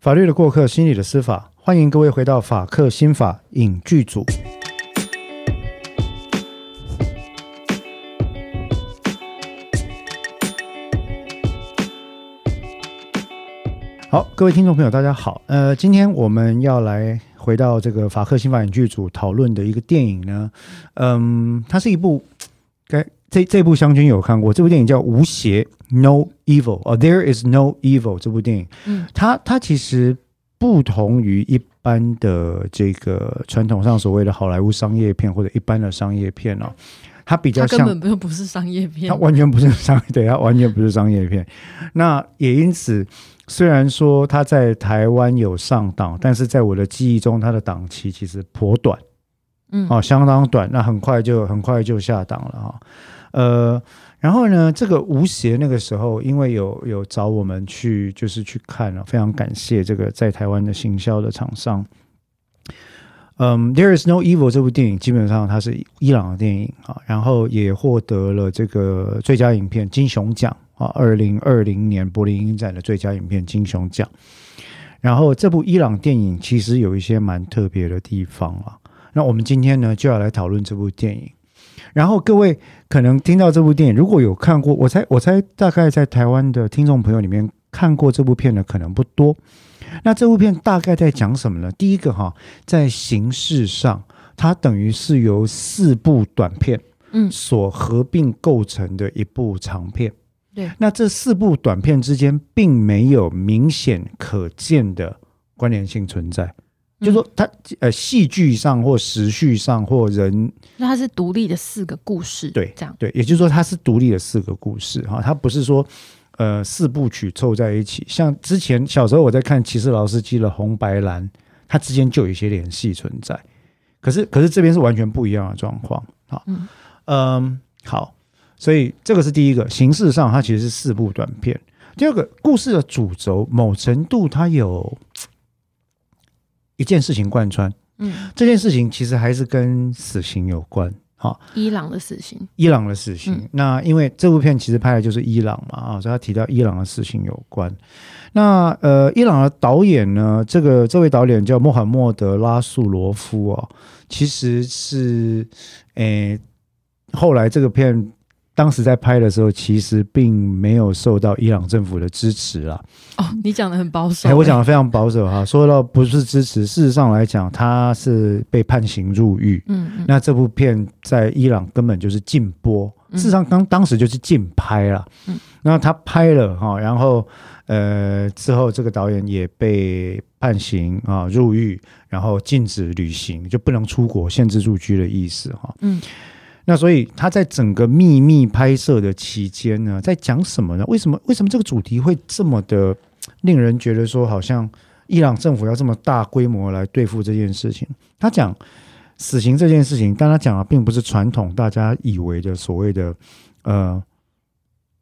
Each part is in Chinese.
法律的过客，心理的司法，欢迎各位回到法客心法影剧组。好，各位听众朋友，大家好。呃，今天我们要来回到这个法克新法影剧组讨论的一个电影呢，嗯，它是一部，该这这部湘军有看过，这部电影叫《无邪 No Evil》哦，《There Is No Evil》这部电影，嗯，它它其实不同于一般的这个传统上所谓的好莱坞商业片或者一般的商业片哦，它比较它根像本就不 是商业片它，完全不是商，对，它完全不是商业片。那也因此，虽然说它在台湾有上档，但是在我的记忆中，它的档期其实颇短嗯，哦，相当短。那很快就很快就下档了哈、呃，然后呢，这个吴邪那个时候，因为有有找我们去，就是去看了、非常感谢这个在台湾的行销的厂商。嗯，《There Is No Evil》这部电影基本上它是伊朗的电影啊，然后也获得了这个最佳影片金熊奖啊，二零二零年柏林影展的最佳影片金熊奖。然后这部伊朗电影其实有一些蛮特别的地方啊。那我们今天呢就要来讨论这部电影。然后各位可能听到这部电影，如果有看过，我猜我猜大概在台湾的听众朋友里面看过这部片的可能不多。那这部片大概在讲什么呢？第一个哈，在形式上，它等于是由四部短片，嗯所合并构成的一部长片。对，那这四部短片之间并没有明显可见的关联性存在，就是说它呃戏剧上或时序上或人那它是独立的四个故事，对这样，对，也就是说它是独立的四个故事哈，它不是说呃四部曲凑在一起。像之前小时候我在看骑士劳斯基的《红白蓝》，它之间就有一些联系存在。可是可是这边是完全不一样的状况啊。嗯嗯，好，所以这个是第一个形式上，它其实是四部短片。第二个故事的主轴，某程度它有一件事情贯穿，嗯，这件事情其实还是跟死刑有关。好、伊朗的死刑，伊朗的事情。嗯那因为这部片其实拍的就是伊朗嘛，啊，所以他提到伊朗的事情有关。那呃，伊朗的导演呢，这个这位导演叫穆罕默德·拉素罗夫哦，其实是诶、后来这个片。当时在拍的时候，其实并没有受到伊朗政府的支持啦。哦，你讲的很保守、哎，我欸讲的非常保守哈，说到不是支持，事实上来讲，他是被判刑入狱。嗯嗯，那这部片在伊朗根本就是禁播，嗯事实上当当时就是禁拍了。嗯，那他拍了哈，然后呃之后这个导演也被判刑啊入狱，然后禁止旅行，就不能出国，限制入居的意思哈。嗯，那所以他在整个秘密拍摄的期间呢，在讲什么呢？为什么为什么这个主题会这么的令人觉得说好像伊朗政府要这么大规模来对付这件事情？他讲死刑这件事情，但他讲的并不是传统大家以为的所谓的呃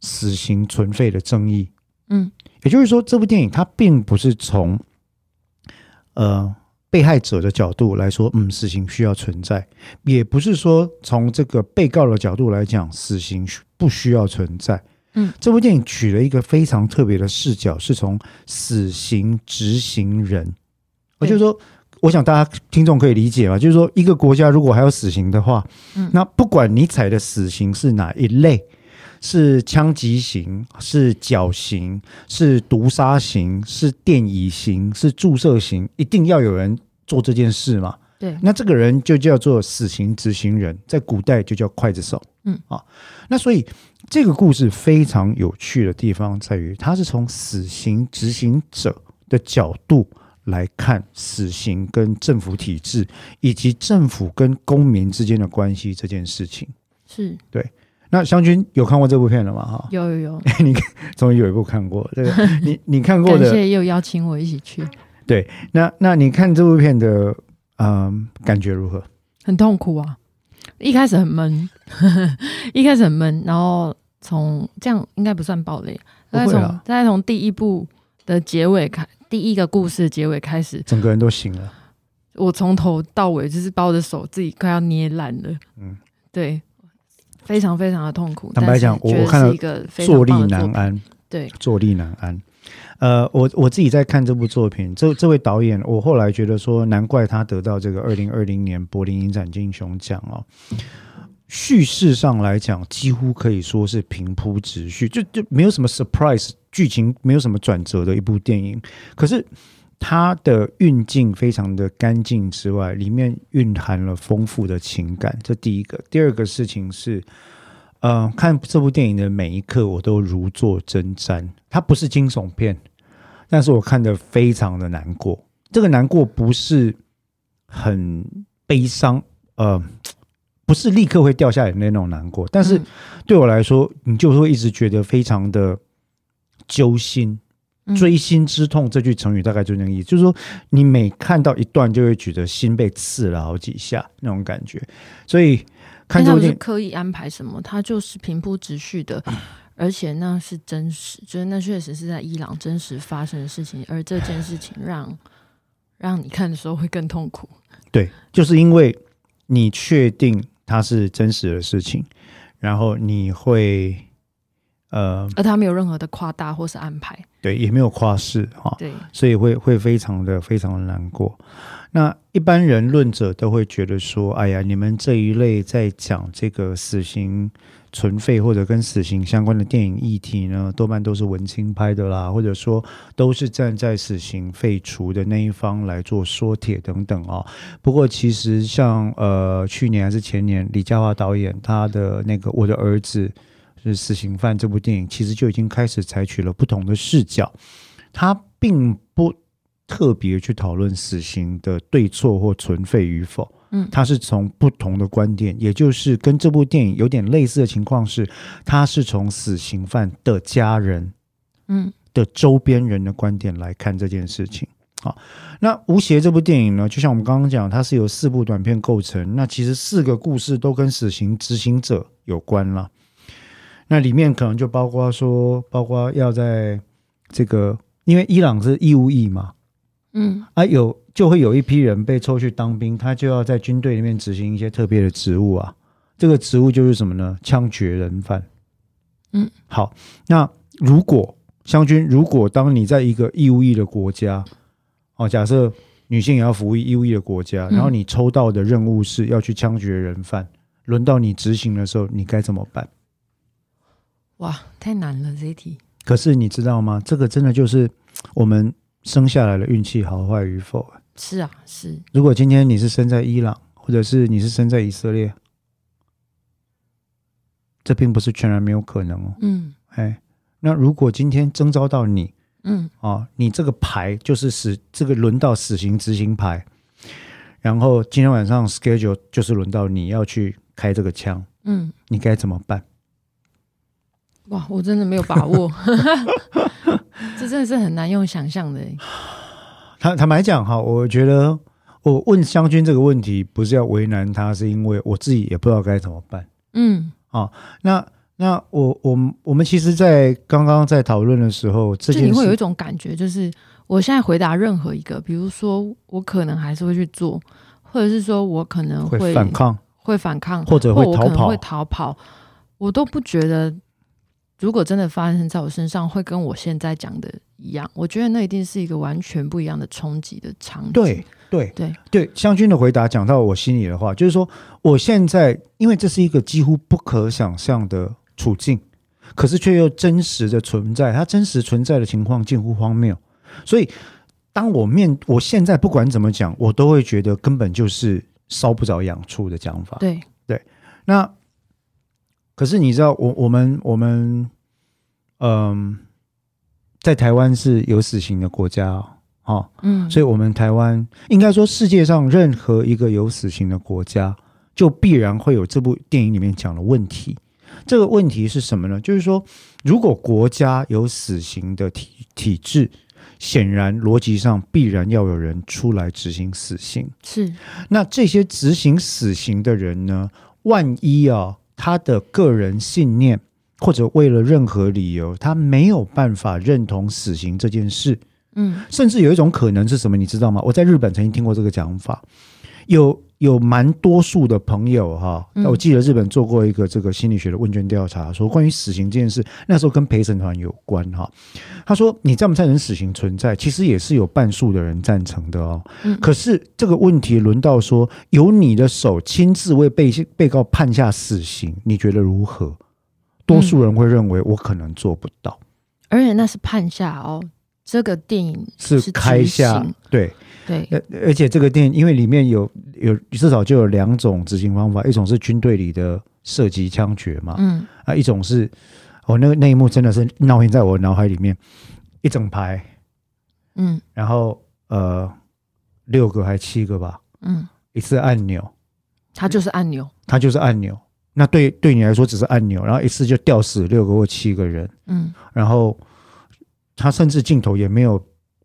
死刑存废的争议。嗯，也就是说，这部电影它并不是从呃被害者的角度来说，嗯，死刑需要存在，也不是说从这个被告的角度来讲，死刑需不需要存在。嗯，这部电影取了一个非常特别的视角，是从死刑执行人，也对就是说，我想大家听众可以理解吧，就是说，一个国家如果还有死刑的话，嗯那不管你采的死刑是哪一类，是枪击刑、是绞刑、是毒杀刑、是电椅刑、是注射刑，一定要有人做这件事嘛？对，那这个人就叫做死刑执行人，在古代就叫刽子手。嗯啊，那所以这个故事非常有趣的地方在于，它是从死刑执行者的角度来看死刑跟政府体制以及政府跟公民之间的关系这件事情。是那湘君有看过这部片了吗？哈，有有有，终于有一部看过，这 个你你看过感哎的，谢又邀请我一起去，那那你看这部片的嗯、感觉如何？很痛苦啊，一开始很闷， 一开始很闷，然后从这样应该不算暴雷，不大概会从啦大概从第一部的结尾开，第一个故事的结尾开始，整个人都醒了。我从头到尾就是把我的手自己快要捏烂了。嗯嗯，对，非常非常的痛苦。坦白讲但我是觉得我看了是一个非常坐立棒的难作品。安，对，坐立难安。呃，我我自己在看这部作品，这这位导演，我后来觉得说，难怪他得到这个二零二零年柏林影展金熊奖哦。叙事上来讲，几乎可以说是平铺直叙，就就没有什么 surprise，剧情没有什么转折的一部电影。可是它的运镜非常的干净之外，里面蕴含了丰富的情感，这第一个。第二个事情是，呃，看这部电影的每一刻，我都如坐针毡。它不是惊悚片，但是我看的非常的难过。这个难过不是很悲伤，呃，不是立刻会掉下眼泪那种难过，但嗯是对我来说，你就会一直觉得非常的揪心。嗯锥心之痛这句成语大概就那个意思，就是说你每看到一段就会觉得心被刺了好几下那种感觉，所以看这部他不电是影，刻意安排什么，他就是平铺直叙的，嗯而且那是真实，就是那确实是在伊朗真实发生的事情，而这件事情让让你看的时候会更痛苦。对，就是因为你确定它是真实的事情，然后你会呃，而他没有任何的夸大或是安排。对，也没有夸饰哈、对，所以会会非常的非常的难过。那一般人论者都会觉得说，哎呀，你们这一类在讲这个死刑存废或者跟死刑相关的电影议题呢，多半都是文青拍的啦，或者说都是站在死刑废除的那一方来做说帖等等哦。不过其实像呃去年还是前年，李嘉华导演他的那个《我的儿子是死刑犯》这部电影，其实就已经开始采取了不同的视角。他并不特别去讨论死刑的对错或存废与否，嗯他是从不同的观点，也就是跟这部电影有点类似的情况是，他是从死刑犯的家人嗯，的周边人的观点来看这件事情。好，那《无邪》这部电影呢，就像我们刚刚讲，它是由四部短片构成，那其实四个故事都跟死刑执行者有关了。那里面可能就包括说，包括要在这个，因为伊朗是义务役嘛，嗯，啊有就会有一批人被抽去当兵，他就要在军队里面执行一些特别的职务啊。这个职务就是什么呢？枪决人犯。嗯，好，那如果湘军，如果当你在一个义务役的国家，哦，假设女性也要服役义务役的国家，嗯然后你抽到的任务是要去枪决人犯，轮到你执行的时候，你该怎么办？哇，太难了这一题。可是你知道吗？这个真的就是我们生下来的运气好坏与否。是啊，是如果今天你是生在伊朗，或者是你是生在以色列，这并不是全然没有可能哦。嗯哎，那如果今天征召到你嗯啊、你这个牌就是死，这个轮到死刑执行牌，然后今天晚上 schedule 就是轮到你要去开这个枪，嗯，你该怎么办？哇，我真的没有把 握，这真的是很难用想象的欸。坦坦白讲哈，我觉得我问湘军这个问题不是要为难他，是因为我自己也不知道该怎么办。嗯，那那我我们我们其实，在刚刚在讨论的时候，这就你件会有一事种感觉，就是我现在回答任何一个，比如说我可能还是会去做，或者是说我可能会会反抗，会反抗，或者或会我逃可能跑会。逃跑，我都不觉得，如果真的发生在我身上，会跟我现在讲的一样。我觉得那一定是一个完全不一样的冲击的场景。对对对对，湘军的回答讲到我心里的话，就是说，我现在因为这是一个几乎不可想象的处境，可是却又真实的存在，它真实存在的情况近乎荒谬，所以当我面我现在不管怎么讲，我都会觉得根本就是烧不着痒处的讲法。对，那可是你知道，我我们我们嗯、在台湾是有死刑的国家哦，哦嗯，所以我们台湾应该说世界上任何一个有死刑的国家，就必然会有这部电影里面讲的问题。这个问题是什么呢？就是说，如果国家有死刑的体体制，显然逻辑上必然要有人出来执行死刑。是那这些执行死刑的人呢，万一啊，他的个人信念或者为了任何理由，他没有办法认同死刑这件事，嗯甚至有一种可能是什么，你知道吗？我在日本曾经听过这个讲法，有有蛮多数的朋友哈、嗯我记得日本做过一个这个心理学的问卷调查，说关于死刑这件事，那时候跟陪审团有关哈、他说你赞不赞成死刑存在，其实也是有半数的人赞成的哦。嗯可是这个问题轮到说，由你的手亲自为被被告判下死刑，你觉得如何？多数人会认为我可能做不到，嗯而且那是判下哦，这个电影是开下执行对，对，而呃而且这个电影因为里面有有至少就有两种执行方法，一种是军队里的射击枪决嘛，嗯啊，一种是我、哦、那个那一幕真的是烙印在我脑海里面，一整排，嗯然后呃六个还七个吧，嗯，一次按钮，它就是按钮，它就是按钮。那对对你来说只是按钮，然后一次就吊死六个或七个人，嗯然后他甚至镜头也没有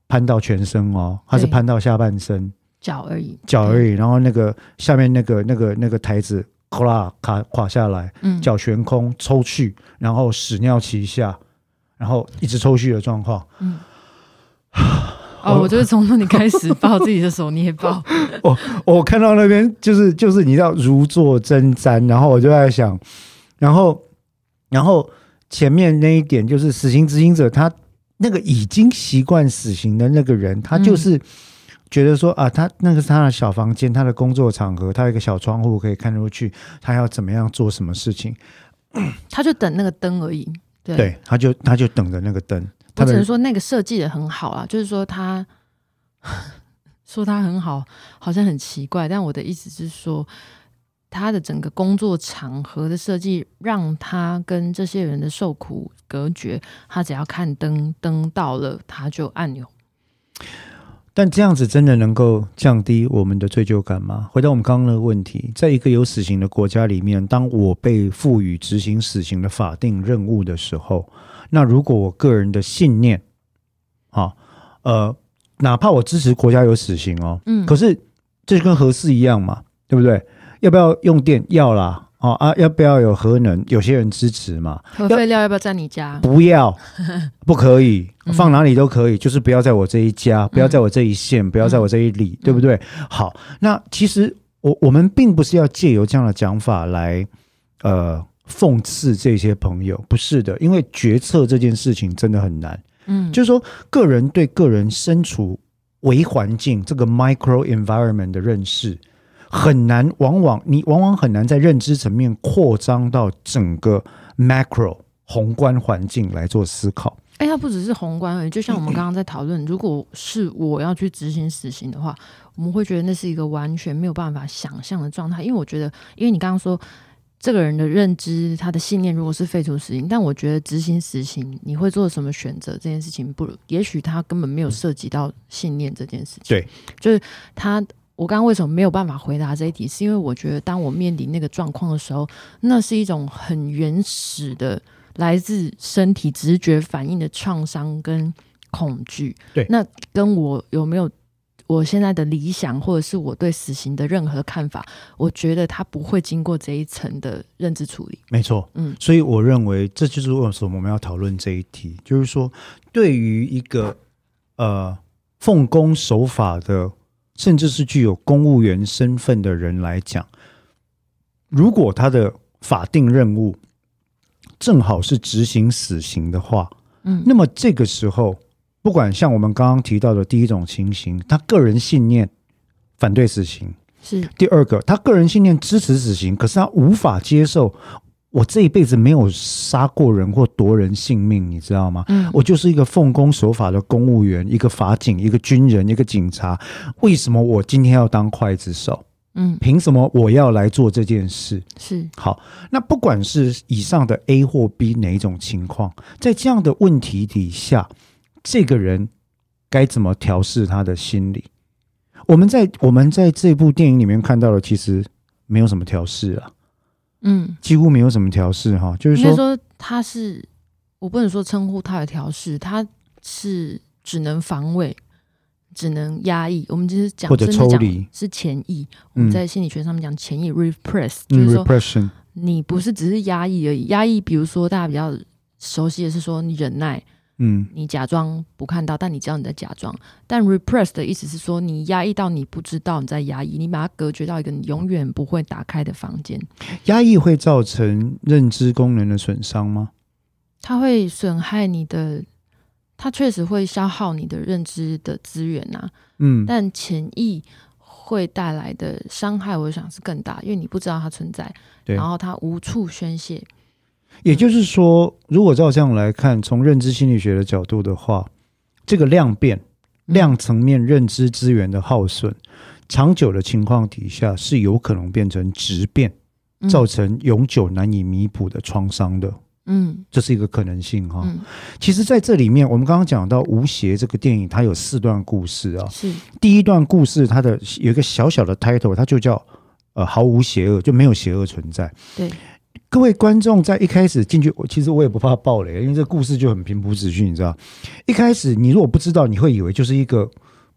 攀到全身哦，他是对攀到下半身，脚而已，脚而已，已，然后那个下面那个那个那个台子咔啦卡垮下来，嗯，脚悬空抽去，然后屎尿齐下，然后一直抽去的状况。嗯。哦，我就是从那里开始抱自己的手捏 爆，我看到那边就是就是你知道如坐针毡，然后我就在想，然后然后前面那一点就是死刑执行者他那个已经习惯死刑的那个人，他就是。觉得说啊，他那个是他的小房间，他的工作场合，他有一个小窗户可以看出去，他要怎么样做什么事情，他就等那个灯而已。对，对，他就他就等着那个灯，他嗯我只能的说那个设计的很好啊，就是说他 说他很好，好像很奇怪，但我的意思是说，他的整个工作场合的设计，让他跟这些人的受苦隔绝。他只要看灯，灯到了他就按钮。但这样子真的能够降低我们的罪疚感吗？回到我们刚刚的问题，在一个有死刑的国家里面，当我被赋予执行死刑的法定任务的时候，那如果我个人的信念，啊，呃，哪怕我支持国家有死刑哦，嗯，可是这就跟核四一样嘛，对不对？要不要用电？要啦，哦啊，要不要有核能？有些人支持嘛，核废料要不要在你家？不要，不可以，嗯放哪里都可以，就是不要在我这一家，不要在我这一县，不要在我这一里，对不对？好，那其实我我们并不是要借由这样的讲法来，呃，讽刺这些朋友，不是的，因为决策这件事情真的很难，嗯，就是说个人对个人身处微环境这个 micro environment 的认识。很难，往往你往往很难在认知层面扩张到整个 macro 宏观环境来做思考。哎、它不只是宏观而已，就像我们刚刚在讨论，如果是我要去执行死刑的话，我们会觉得那是一个完全没有办法想象的状态。因为我觉得，因为你刚刚说这个人的认知、他的信念，如果是废除死刑，但我觉得执行死刑你会做什么选择这件事情不，也许他根本没有涉及到信念这件事情。对，就是他。我刚刚为什么没有办法回答这一题？是因为我觉得，当我面临那个状况的时候，那是一种很原始的来自身体直觉反应的创伤跟恐惧。对那跟我有没有我现在的理想，或者是我对死刑的任何看法，我觉得它不会经过这一层的认知处理。没错，嗯所以我认为这就是为什么我们要讨论这一题，就是说，对于一个呃奉公守法的，甚至是具有公务员身份的人来讲，如果他的法定任务正好是执行死刑的话，嗯那么这个时候，不管像我们刚刚提到的第一种情形，他个人信念反对死刑，是第二个，他个人信念支持死刑，可是他无法接受我这一辈子没有杀过人或夺人性命，你知道吗？嗯我就是一个奉公守法的公务员，一个法警，一个军人，一个警察。为什么我今天要当刽子手？嗯凭什么我要来做这件事？是好，那不管是以上的 A 或 B 哪一种情况，在这样的问题底下，这个人该怎么调试他的心理？我们在我们在这部电影里面看到的，其实没有什么调试啊，嗯，几乎没有什么调试哈，就是应该说说它是我不能说称呼它为调试，它是只能防卫。只能压抑，我们其实讲或者甚至讲抽离是潜意，我们嗯在心理学上面讲潜意 repress，、就嗯是说 repression，你不是只是压抑而已，压抑，比如说大家比较熟悉的是说你忍耐，嗯你假装不看到，但你知道你在假装。但 repress 的意思是说，你压抑到你不知道你在压抑，你把它隔绝到一个你永远不会打开的房间，压抑会造成认知功能的损伤吗？它会损害你的，它确实会消耗你的认知的资源呐、嗯，但潜意会带来的伤害，我想是更大，因为你不知道它存在，对然后它无处宣泄。嗯也就是说，如果照这样来看，从认知心理学的角度的话，这个量变、嗯量层面认知资源的耗损，长久的情况底下是有可能变成质变，嗯造成永久难以弥补的创伤的，嗯这是一个可能性哈。嗯其实，在这里面，我们刚刚讲到《无邪》这个电影，它有四段故事啊。是第一段故事，它的有一个小小的 title，它就叫呃毫无邪恶，就没有邪恶存在。对，各位观众在一开始进去，我其实我也不怕暴雷，因为这故事就很平铺直叙，你知道。一开始你如果不知道，你会以为就是一个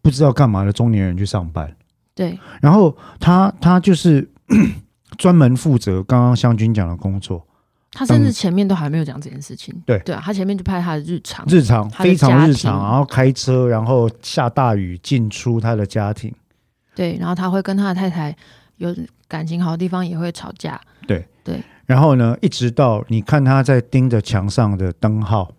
不知道干嘛的中年人去上班，对然后他他就是 专门负责刚刚湘军讲的工作，哦他甚至嗯前面都还没有讲这件事情。对对啊，他前面就拍他的日常。日常他的非常日家庭常，然后开车，然后下大雨进出他的家庭。对，然后他会跟他的太太有感情好的地方也会吵架。然后呢，一直到你看他在盯着墙上的灯号，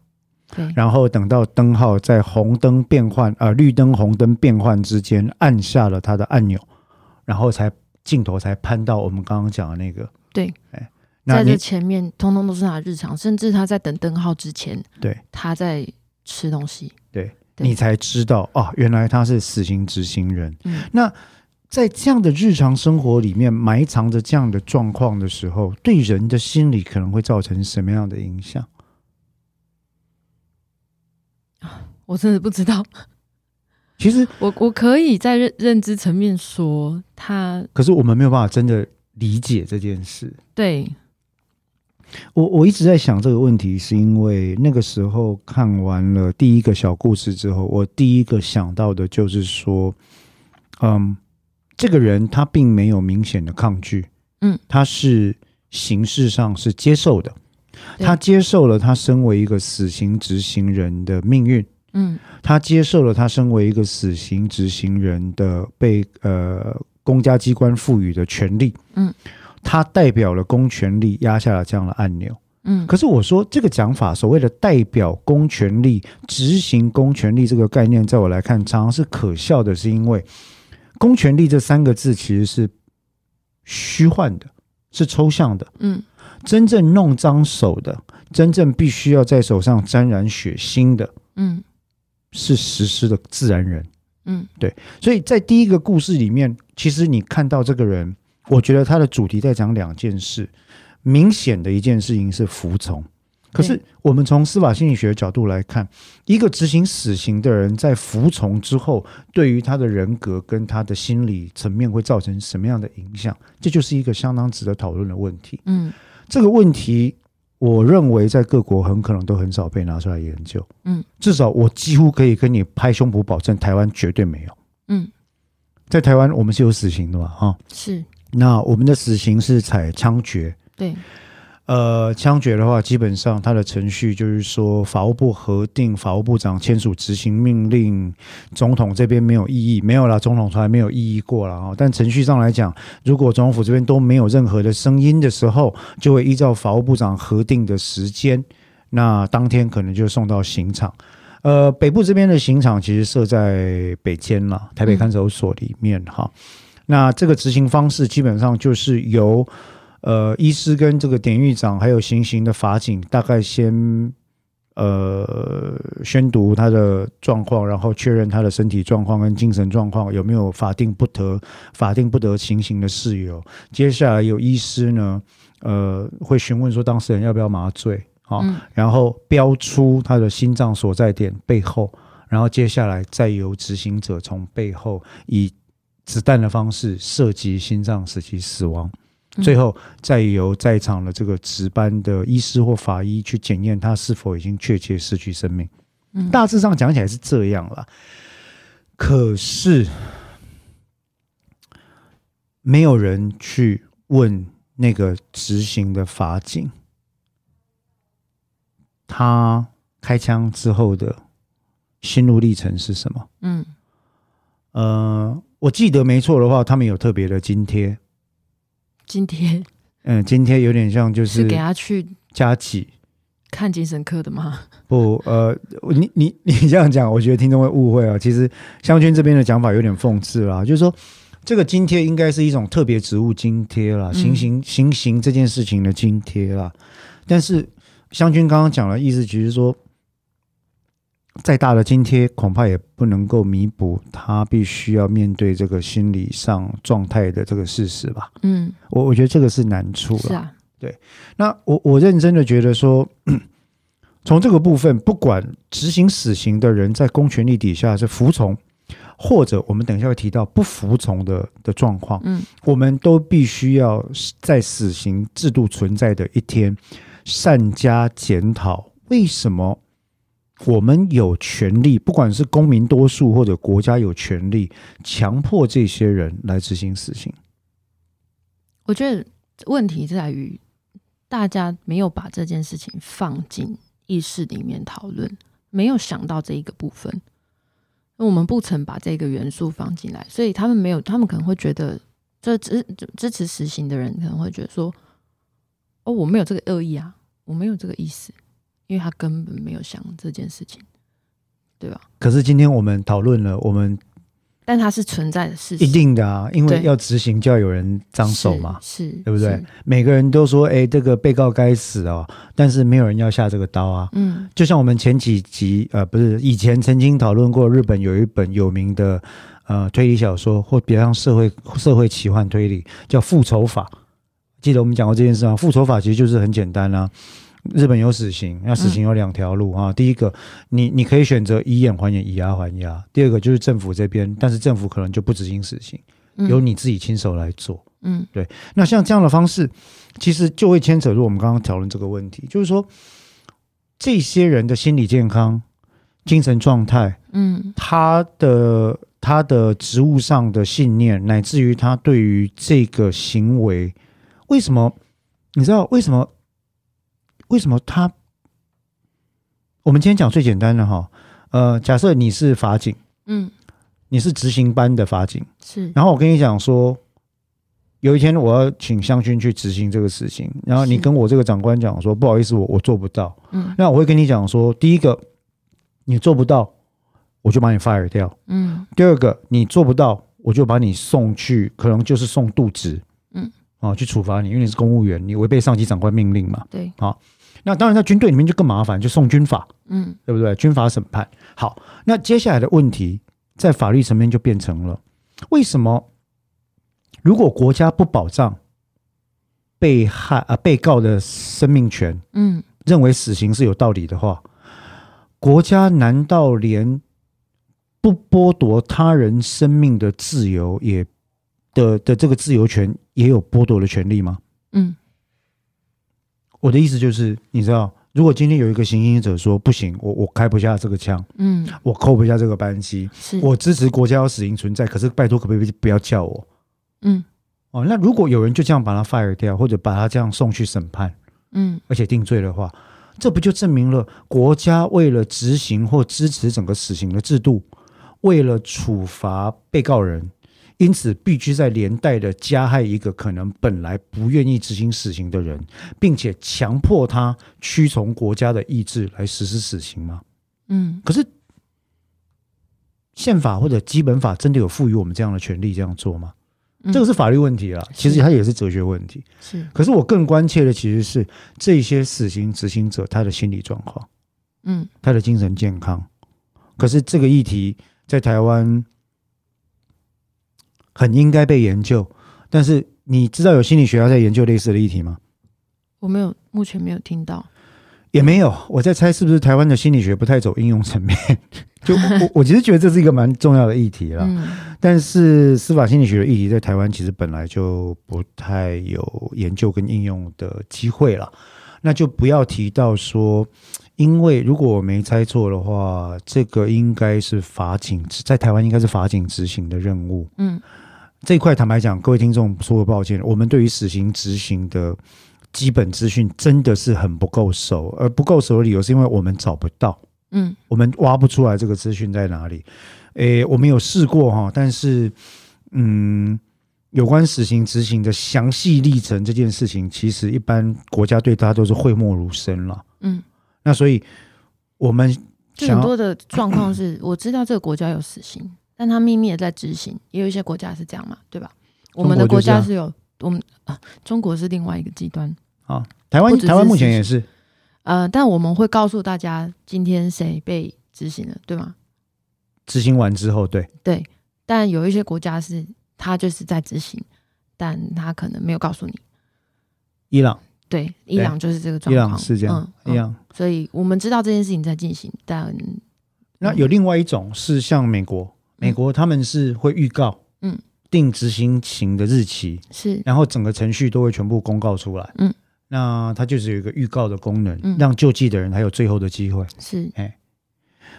对，然后等到灯号在红灯变换，呃，绿灯红灯变换之间按下了它的按钮，然后才镜头才攀到我们刚刚讲的那个。对，哎，那在这你前面通通都是他的日常，甚至他在等灯号之前，对他在吃东西。对你才知道啊，原来他是死刑执行人。嗯那在这样的日常生活里面埋藏着这样的状况的时候，对人的心理可能会造成什么样的影响？我真的不知道，其实，我我可以在认认知层面说他可是我们没有办法真的理解这件事。对我我一直在想这个问题，是因为那个时候看完了第一个小故事之后，我第一个想到的就是说，嗯，这个人他并没有明显的抗拒，嗯，他是形式上是接受的，对他接受了他身为一个死刑执行人的命运，嗯他接受了他身为一个死刑执行人的被呃公家机关赋予的权利，嗯，他代表了公权力压下了这样的按钮。嗯可是我说这个讲法，所谓的代表公权力、执行公权力这个概念，在我来看，常常是可笑的，是因为公权力这三个字其实是虚幻的，是抽象的。嗯真正弄脏手的，真正必须要在手上沾染血腥的，嗯是实施的自然人。嗯所以在第一个故事里面，其实你看到这个人，我觉得他的主题在讲两件事，明显的一件事情是服从。可是对我们从司法心理学的角度来看，一个执行死刑的人在服从之后，对于他的人格跟他的心理层面会造成什么样的影响，这就是一个相当值得讨论的问题。嗯这个问题，我认为在各国很可能都很少被拿出来研究。嗯，至少我几乎可以跟你拍胸脯保证，台湾绝对没有。嗯，在台湾我们是有死刑的嘛，哈、是那我们的死刑是采枪决，对呃，枪决的话，基本上它的程序就是说，法务部核定，法务部长签署执行命令，总统这边没有异议，没有啦，总统从来没有异议过了啊、哦。但程序上来讲，如果总统府这边都没有任何的声音的时候，就会依照法务部长核定的时间，那当天可能就送到刑场。呃，北部这边的刑场其实设在北监啦，台北看守所里面哈。那这个执行方式基本上就是由呃，医师跟这个典狱长还有行刑的法警，大概先呃宣读他的状况，然后确认他的身体状况跟精神状况有没有法定不得法定不得行刑的事由。接下来有医师呢，呃，会询问说当事人要不要麻醉，好、嗯然后标出他的心脏所在点背后，然后接下来再由执行者从背后以子弹的方式射击心脏，使其死亡。嗯最后再由在场的这个值班的医师或法医去检验他是否已经确切失去生命。嗯大致上讲起来是这样啦，可是没有人去问那个执行的法警，他开枪之后的心路历程是什么？嗯呃，我记得没错的话，他们有特别的津贴，今天嗯，津贴有点像就是是给他去加几看精神科的吗？不，呃，你你 你这样讲，我觉得听众会误会啊。其实湘军这边的讲法有点讽刺啦，就是说这个津贴应该是一种特别职务津贴啦，嗯行刑行刑这件事情的津贴啦。但是湘军刚刚讲的意思，只是说，再大的津贴恐怕也不能够弥补他必须要面对这个心理上状态的这个事实吧。嗯，我我觉得这个是难处是了。啊，那我我认真的觉得说，从这个部分，不管执行死刑的人在公权力底下是服从，或者我们等一下会提到不服从的的状况，嗯，我们都必须要在死刑制度存在的一天，善加检讨为什么。我们有权利，不管是公民多数或者国家有权利，强迫这些人来执行死刑。我觉得问题在于大家没有把这件事情放进意识里面讨论，没有想到这一个部分。我们不曾把这个元素放进来，所以他们没有，他们可能会觉得，这支支持实行的人可能会觉得说，哦，我没有这个恶意啊，我没有这个意思，因为他根本没有想这件事情，对吧？可是今天我们讨论了，我们但它是存在的事实，一定的啊，因为对要执行就要有人张手嘛。是，是对不对是每个人都说，哎，这个被告该死哦，但是没有人要下这个刀啊。嗯就像我们前几集，呃，不是以前曾经讨论过，日本有一本有名的呃推理小说，或比较像社会社会奇幻推理，叫《复仇法》。记得我们讲过这件事吗？复仇法其实就是很简单啊。日本有死刑，那死刑嗯有两条路、啊。第一个，你你可以选择以眼还眼，以牙还牙；第二个就是政府这边，但是政府可能就不执行死刑。嗯，由你自己亲手来做。嗯那像这样的方式，其实就会牵扯入我们刚刚讨论这个问题，就是说这些人的心理健康、精神状态，嗯他的他的职务上的信念，乃至于他对于这个行为，为什么你知道为什么为什么他？我们今天讲最简单的哈，呃，假设你是法警，嗯，你是执行班的法警。是，然后我跟你讲说，有一天我要请香薰去执行这个事情，然后你是跟我这个长官讲说，不好意思，我我做不到。嗯那我会跟你讲说，第一个，你做不到，我就把你 fire 掉；嗯。第二个，你做不到，我就把你送去，可能就是送渎职，嗯，啊，去处罚你，因为你是公务员，你违背上级长官命令嘛。对，那当然，在军队里面就更麻烦，就送军法，嗯对不对？军法审判。好，那接下来的问题在法律层面就变成了：为什么如果国家不保障被害啊、被告的生命权，嗯认为死刑是有道理的话，国家难道连不剥夺他人生命的自由也的的这个自由权也有剥夺的权利吗？嗯我的意思就是，你知道，如果今天有一个行刑者说不行，我我开不下这个枪，嗯，我扣不下这个班机，是，我支持国家要死刑存在，可是拜托可不可以不要叫我嗯哦？那如果有人就这样把他 fire 掉，或者把他这样送去审判，嗯而且定罪的话，这不就证明了国家为了执行或支持整个死刑的制度，为了处罚被告人，因此必须在连带的加害一个可能本来不愿意执行死刑的人，并且强迫他屈从国家的意志来实施死刑吗？嗯可是，宪法或者基本法真的有赋予我们这样的权利这样做吗？嗯，这个是法律问题啦，其实它也是哲学问题。是，可是我更关切的其实是这些死刑执行者他的心理状况，嗯他的精神健康。可是这个议题在台湾很应该被研究，但是你知道有心理学家在研究类似的议题吗？我没有，目前没有听到，也没有，我在猜是不是台湾的心理学不太走应用层面。就我我我其实觉得这是一个蛮重要的议题啦。嗯但是司法心理学的议题在台湾其实本来就不太有研究跟应用的机会了，那就不要提到说，因为如果我没猜错的话，这个应该是法警在台湾应该是法警执行的任务嗯这一块。坦白讲，各位听众说个抱歉，我们对于死刑执行的基本资讯真的是很不够熟，而不够熟的理由是因为我们找不到，嗯我们挖不出来这个资讯在哪里。诶，我们有试过哈，但是嗯，有关死刑执行的详细历程这件事情，其实一般国家对它都是讳莫如深了。嗯，那所以我们就想很要多的状况是，我知道这个国家有死刑，但他秘密的在执行，也有一些国家是这样嘛，对吧？我们中的国国就这样家是有我们、啊，中国是另外一个极端，啊，台湾不只是台湾目前也是呃，但我们会告诉大家今天谁被执行了，对吗？执行完之后，对，对，但有一些国家是他就是在执行，但他可能没有告诉你。伊朗对，伊朗就是这个状伊况，朗是这样，嗯伊朗。嗯所以我们知道这件事情在进行，但那有另外一种是像美国，美国他们是会预告，嗯，定执行刑的日期，是然后整个程序都会全部公告出来，嗯，那它就是有一个预告的功能，嗯让救济的人还有最后的机会。是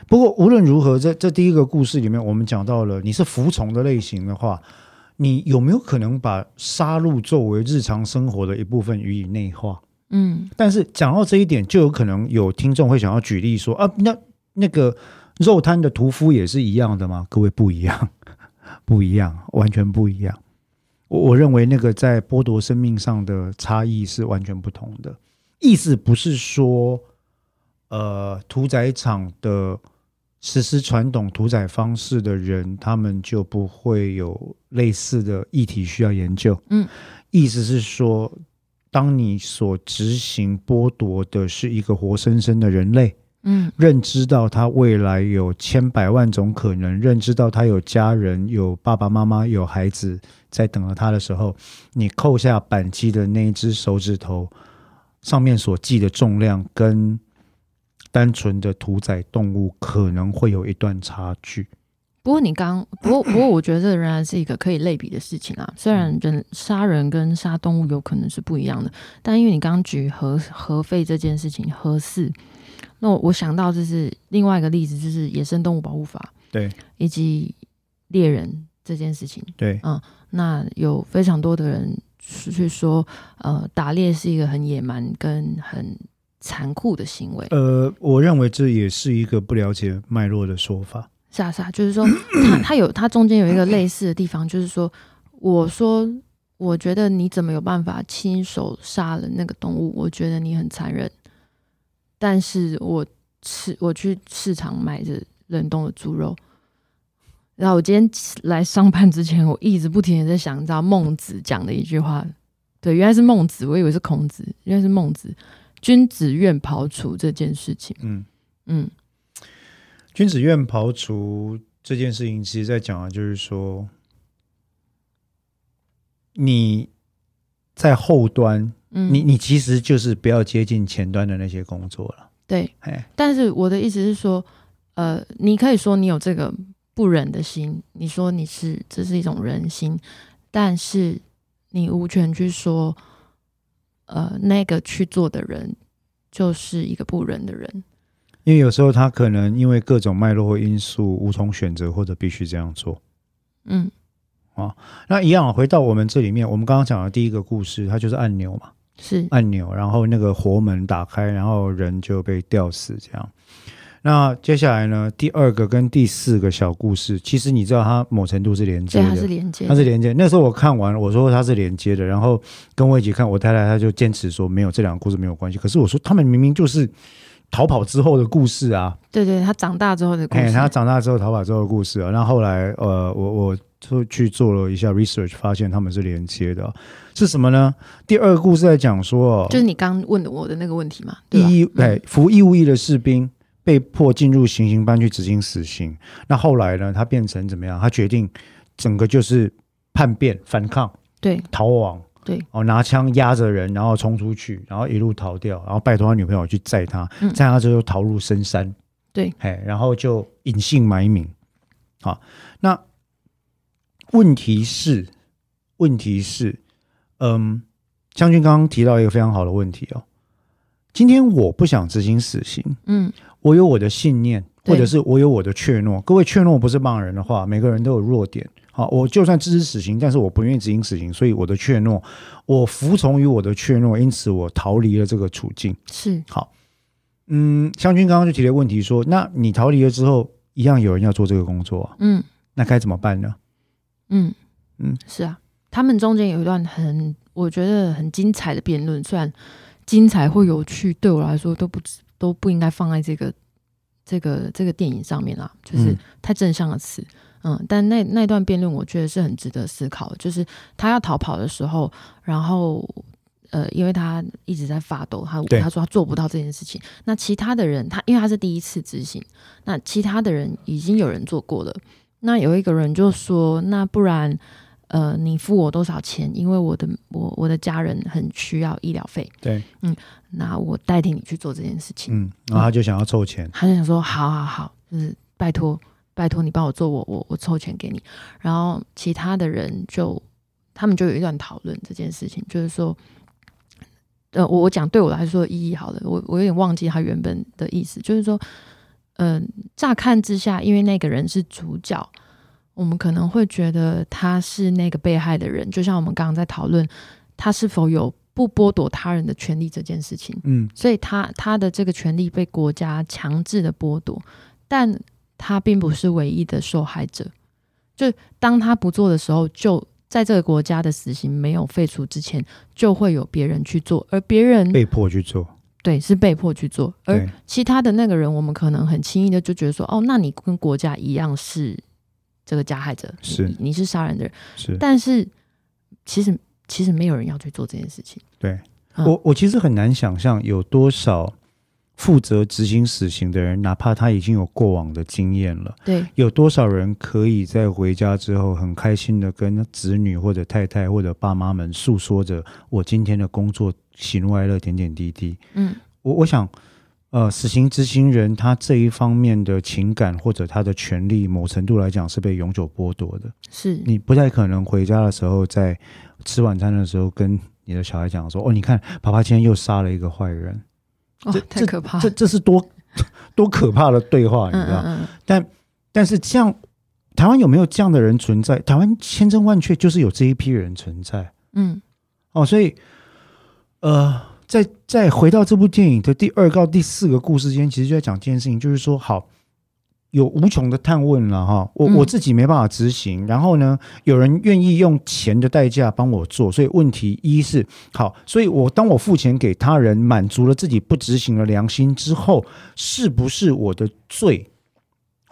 不过无论如何，这这第一个故事里面，我们讲到了你是服从的类型的话，你有没有可能把杀戮作为日常生活的一部分予以内化？嗯但是讲到这一点，就有可能有听众会想要举例说啊，那那个肉摊的屠夫也是一样的吗？各位不一样， 不一样，完全不一样。我我认为那个在剥夺生命上的差异是完全不同的。意思不是说，呃，屠宰场的实施传统屠宰方式的人，他们就不会有类似的议题需要研究。嗯，意思是说，当你所执行剥夺的是一个活生生的人类，嗯认知到他未来有千百万种可能，认知到他有家人、有爸爸妈妈、有孩子在等着他的时候，你扣下扳机的那一只手指头上面所记的重量，跟单纯的屠宰动物可能会有一段差距。不过你刚，不过不过，我觉得这仍然是一个可以类比的事情啊。虽然人杀人跟杀动物有可能是不一样的，但因为你刚刚举核核废这件事情，核四，那我我想到就是另外一个例子，就是野生动物保护法对以及猎人这件事情。对，那有非常多的人是去说，呃，打猎是一个很野蛮跟很残酷的行为。呃，我认为这也是一个不了解脉络的说法。是啊，是啊，就是说 他他有他中间有一个类似的地方，就是说，我说我觉得你怎么有办法亲手杀了那个动物？我觉得你很残忍，但是我吃我去市场买着冷冻的猪肉。然后我今天来上班之前，我一直不停的在想，你知道孟子讲的一句话，对，原来是孟子，我以为是孔子，原来是孟子，君子愿庖厨这件事情，嗯，嗯君子愿庖厨这件事情，其实在讲的就是说，你在后端，嗯，你你其实就是不要接近前端的那些工作了。对，哎，但是我的意思是说，呃，你可以说你有这个不忍的心，你说你是这是一种人心，但是你无权去说，呃，那个去做的人就是一个不仁的人。因为有时候他可能因为各种脉络或因素无从选择，或者必须这样做。嗯，那一样啊回到我们这里面，我们刚刚讲的第一个故事，它就是按钮嘛。是，按钮，然后那个活门打开，然后人就被吊死这样。那接下来呢？第二个跟第四个小故事，其实你知道它某程度是连接所以的，它是连接它，是连接。那时候我看完了，我说它是连接的，然后跟我一起看，我太太她就坚持说没有，这两个故事没有关系。可是我说他们明明就是逃跑之后的故事啊，对对，他长大之后的故哎，事。他长大之后逃跑之后的故事啊。那后来呃，我我就去做了一下 research，发现他们是连接的啊、是什么呢？第二个故事在讲说哦，就是你刚问的我的那个问题嘛，对吧？义务嗯哎，服义务役的士兵被迫进入行刑班去执行死刑。那后来呢，他变成怎么样？他决定整个就是叛变、反抗、对，逃亡。对，哦，拿枪压着人，然后冲出去，然后一路逃掉，然后拜托他女朋友去载他，嗯载他之后逃入深山。对，哎，然后就隐姓埋名。好，那问题是，问题是，嗯，将军刚刚提到一个非常好的问题哦。今天我不想执行死刑，嗯，我有我的信念，对或者是我有我的怯懦。各位，怯懦不是骂人的话，每个人都有弱点。好，我就算支持死刑，但是我不愿意执行死刑，所以我的怯懦，我服从于我的怯懦，因此我逃离了这个处境。是嗯，湘军刚刚就提了问题说，那你逃离了之后，一样有人要做这个工作啊，嗯那该怎么办呢？嗯嗯，是啊，他们中间有一段很我觉得很精彩的辩论，虽然精彩或有趣对我来说都不值都不应该放在这个这个这个电影上面啦，就是嗯太正向的词。嗯，但那那段辩论我觉得是很值得思考的，就是他要逃跑的时候，然后呃，因为他一直在发抖，他对他说他做不到这件事情。那其他的人，他因为他是第一次执行，那其他的人已经有人做过了。那有一个人就说：“那不然，呃，你付我多少钱？因为我的我我的家人很需要医疗费，对，那我代替你去做这件事情。嗯，然后他就想要凑钱，他就想说：“好好好，就是拜托拜托你帮我做我，我我凑钱给你。”然后其他的人就他们就有一段讨论这件事情，就是说，呃，我我讲对我来说的意义好了，我我有点忘记他原本的意思，就是说，嗯、乍看之下，因为那个人是主角，我们可能会觉得他是那个被害的人，就像我们刚刚在讨论他是否有不剥夺他人的权利这件事情。嗯，所以他他的这个权利被国家强制的剥夺，但他并不是唯一的受害者。就当他不做的时候，就在这个国家的死刑没有废除之前，就会有别人去做，而别人被迫去做，对是被迫去做，而对，其他的那个人，我们可能很轻易的就觉得说，哦，那你跟国家一样是这个加害者，你是你你是杀人的人，是。但是其实其实没有人要去做这件事情。嗯我我其实很难想象有多少负责执行死刑的人，哪怕他已经有过往的经验了，对，有多少人可以在回家之后很开心的跟子女或者太太或者爸妈们诉说着我今天的工作喜怒哀乐点点滴滴。嗯，我我想，呃，死刑执行人他这一方面的情感或者他的权利，某程度来讲是被永久剥夺的。是你不太可能回家的时候，在吃晚餐的时候跟你的小孩讲说：“哦，你看，爸爸今天又杀了一个坏人。哦这，太可怕了这。这是多 多可怕的对话，你嗯知道？嗯嗯，但是这样，台湾有没有这样的人存在？台湾千真万确就是有这一批人存在嗯，哦，所以，呃，再再回到这部电影的第二到第四个故事间，其实就在讲这件事情，就是说，好，有无穷的探问了哈，我嗯我自己没办法执行，然后呢，有人愿意用钱的代价帮我做，所以问题一是好，所以我当我付钱给他人，满足了自己不执行的良心之后，是不是我的罪，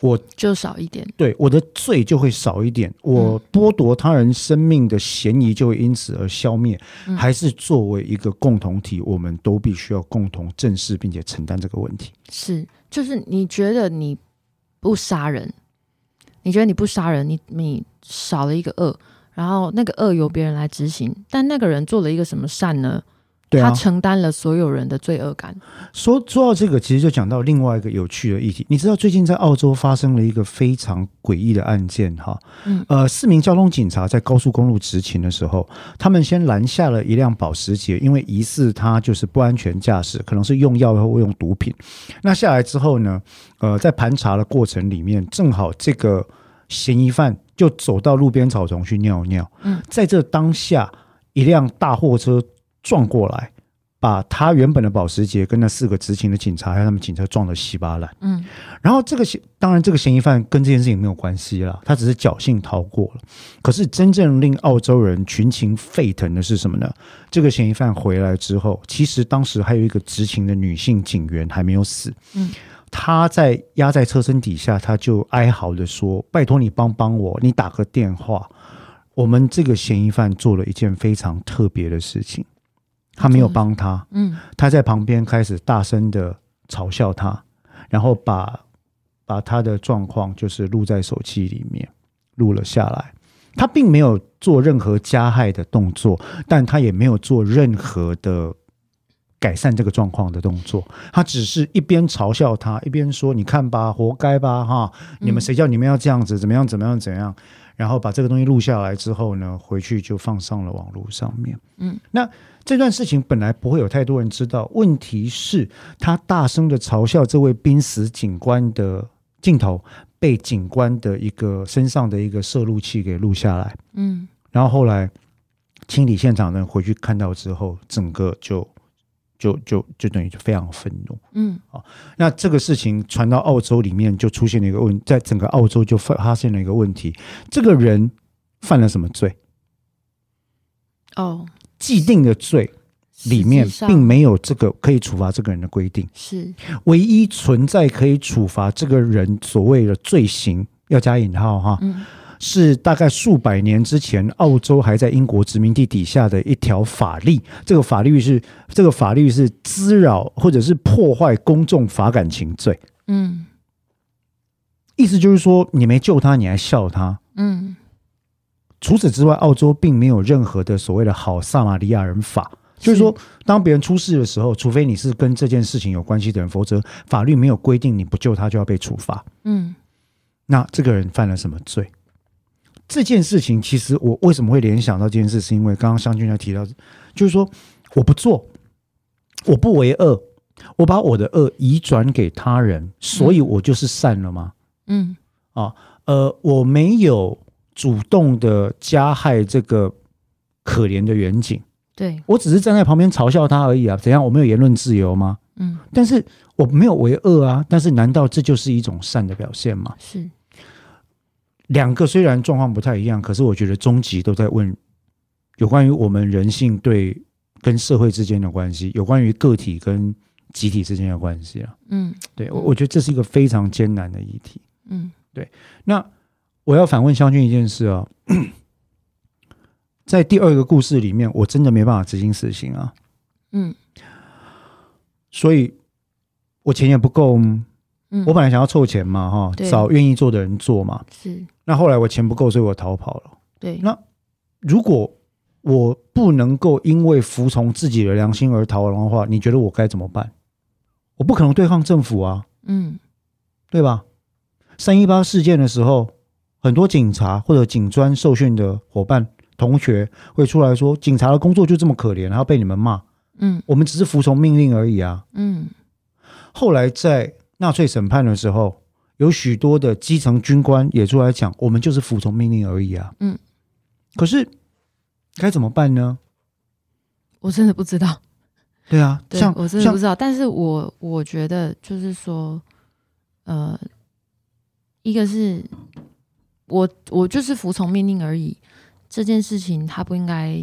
我就少一点。对我的罪就会少一点，嗯我剥夺他人生命的嫌疑就会因此而消灭，嗯还是作为一个共同体，我们都必须要共同正视并且承担这个问题。是，就是你觉得你不杀人，你觉得你不杀人，你你少了一个恶，然后那个恶由别人来执行，但那个人做了一个什么善呢？对啊他，承担了所有人的罪恶感。说说到这个，其实就讲到另外一个有趣的议题。你知道最近在澳洲发生了一个非常诡异的案件哈，嗯呃，四名交通警察在高速公路执勤的时候，他们先拦下了一辆保时捷，因为疑似他就是不安全驾驶，可能是用药或用毒品。那下来之后呢，呃，在盘查的过程里面，正好这个嫌疑犯就走到路边草丛去尿尿。嗯，在这当下，一辆大货车撞过来。把他原本的保时捷跟那四个执勤的警察还有他们警车撞得稀巴烂。嗯然后这个嫌，当然这个嫌疑犯跟这件事情没有关系啦，他只是侥幸逃过了。可是真正令澳洲人群情沸腾的是什么呢？这个嫌疑犯回来之后，其实当时还有一个执勤的女性警员还没有死。嗯。她在压在车身底下，她就哀嚎的说：“拜托你帮帮我，你打个电话。”我们这个嫌疑犯做了一件非常特别的事情，他没有帮他，嗯，他在旁边开始大声的嘲笑他，然后把把他的状况就是录在手机里面录了下来。他并没有做任何加害的动作，但他也没有做任何的改善这个状况的动作。他只是一边嘲笑他，一边说：“你看吧，活该吧，哈！你们谁叫你们要这样子？怎么样？怎么样？怎么样？”然后把这个东西录下来之后呢，回去就放上了网络上面。嗯，那这段事情本来不会有太多人知道，问题是他大声的嘲笑这位濒死警官的镜头被警官的一个身上的一个摄录器给录下来，嗯，然后后来清理现场的人回去看到之后，整个就就就就等于就非常愤怒。嗯，那这个事情传到澳洲里面，就出现了一个问，在整个澳洲就发发现了一个问题：这个人犯了什么罪？哦，既定的罪里面实际上并没有这个可以处罚这个人的规定，是唯一存在可以处罚这个人所谓的罪行。要加引号哈，嗯是大概数百年之前，澳洲还在英国殖民地底下的一条法律。这个法律是这个法律是滋扰或者是破坏公众法感情罪。嗯意思就是说，你没救他，你还笑他。嗯除此之外，澳洲并没有任何的所谓的好撒玛利亚人法，就是说，当别人出事的时候，除非你是跟这件事情有关系的人，否则法律没有规定你不救他就要被处罚。嗯那这个人犯了什么罪？这件事情其实我为什么会联想到这件事，是因为刚刚湘君要提到，就是说我不做，我不为恶，我把我的恶移转给他人，所以我就是善了吗？嗯呃，我没有主动的加害这个可怜的远景，对我只是站在旁边嘲笑他而已啊。怎样？我没有言论自由吗？嗯但是我没有为恶啊。但是难道这就是一种善的表现吗？是两个虽然状况不太一样，可是我觉得终极都在问有关于我们人性对跟社会之间的关系，有关于个体跟集体之间的关系啊。嗯对我，我觉得这是一个非常艰难的议题。嗯那我要反问湘君一件事啊， 在第二个故事里面，我真的没办法执行死刑啊，嗯所以我钱也不够，嗯，我本来想要凑钱嘛，哈、对找愿意做的人做嘛。是那后来我钱不够，所以我逃跑了。对那如果我不能够因为服从自己的良心而逃亡的话，你觉得我该怎么办？我不可能对抗政府啊，嗯对吧？三一八事件的时候，很多警察或者警专受训的伙伴、同学会出来说，警察的工作就这么可怜，然后被你们骂，嗯我们只是服从命令而已啊。嗯后来在纳粹审判的时候，有许多的基层军官也出来讲，我们就是服从命令而已啊。嗯，可是该怎么办呢？我真的不知道。对啊，对像，我真的像不知道。但是我我觉得就是说，呃，一个是我我就是服从命令而已，这件事情它不应该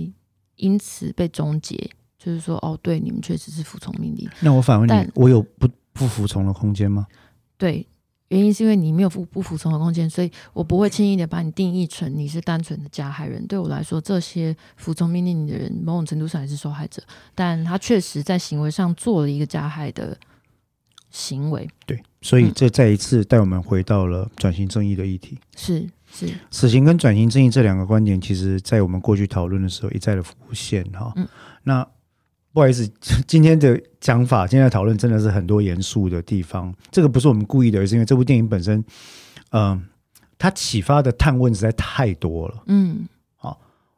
因此被终结。就是说，哦，对，你们确实是服从命令，那我反问你但，我有不不服从的空间吗？对，原因是因为你没有服不服从的空间，所以我不会轻易的把你定义成你是单纯的加害人。对我来说，这些服从命令的人，某种程度上也是受害者，但他确实在行为上做了一个加害的行为，对，所以嗯这再一次带我们回到了转型正义的议题。是是，死刑跟转型正义这两个观点，其实在我们过去讨论的时候一再的浮现哈。嗯那不好意思， 今天的讲法，今天的讨论真的是很多严肃的地方。这个不是我们故意的，而是因为这部电影本身，嗯、它启发的探问实在太多了。嗯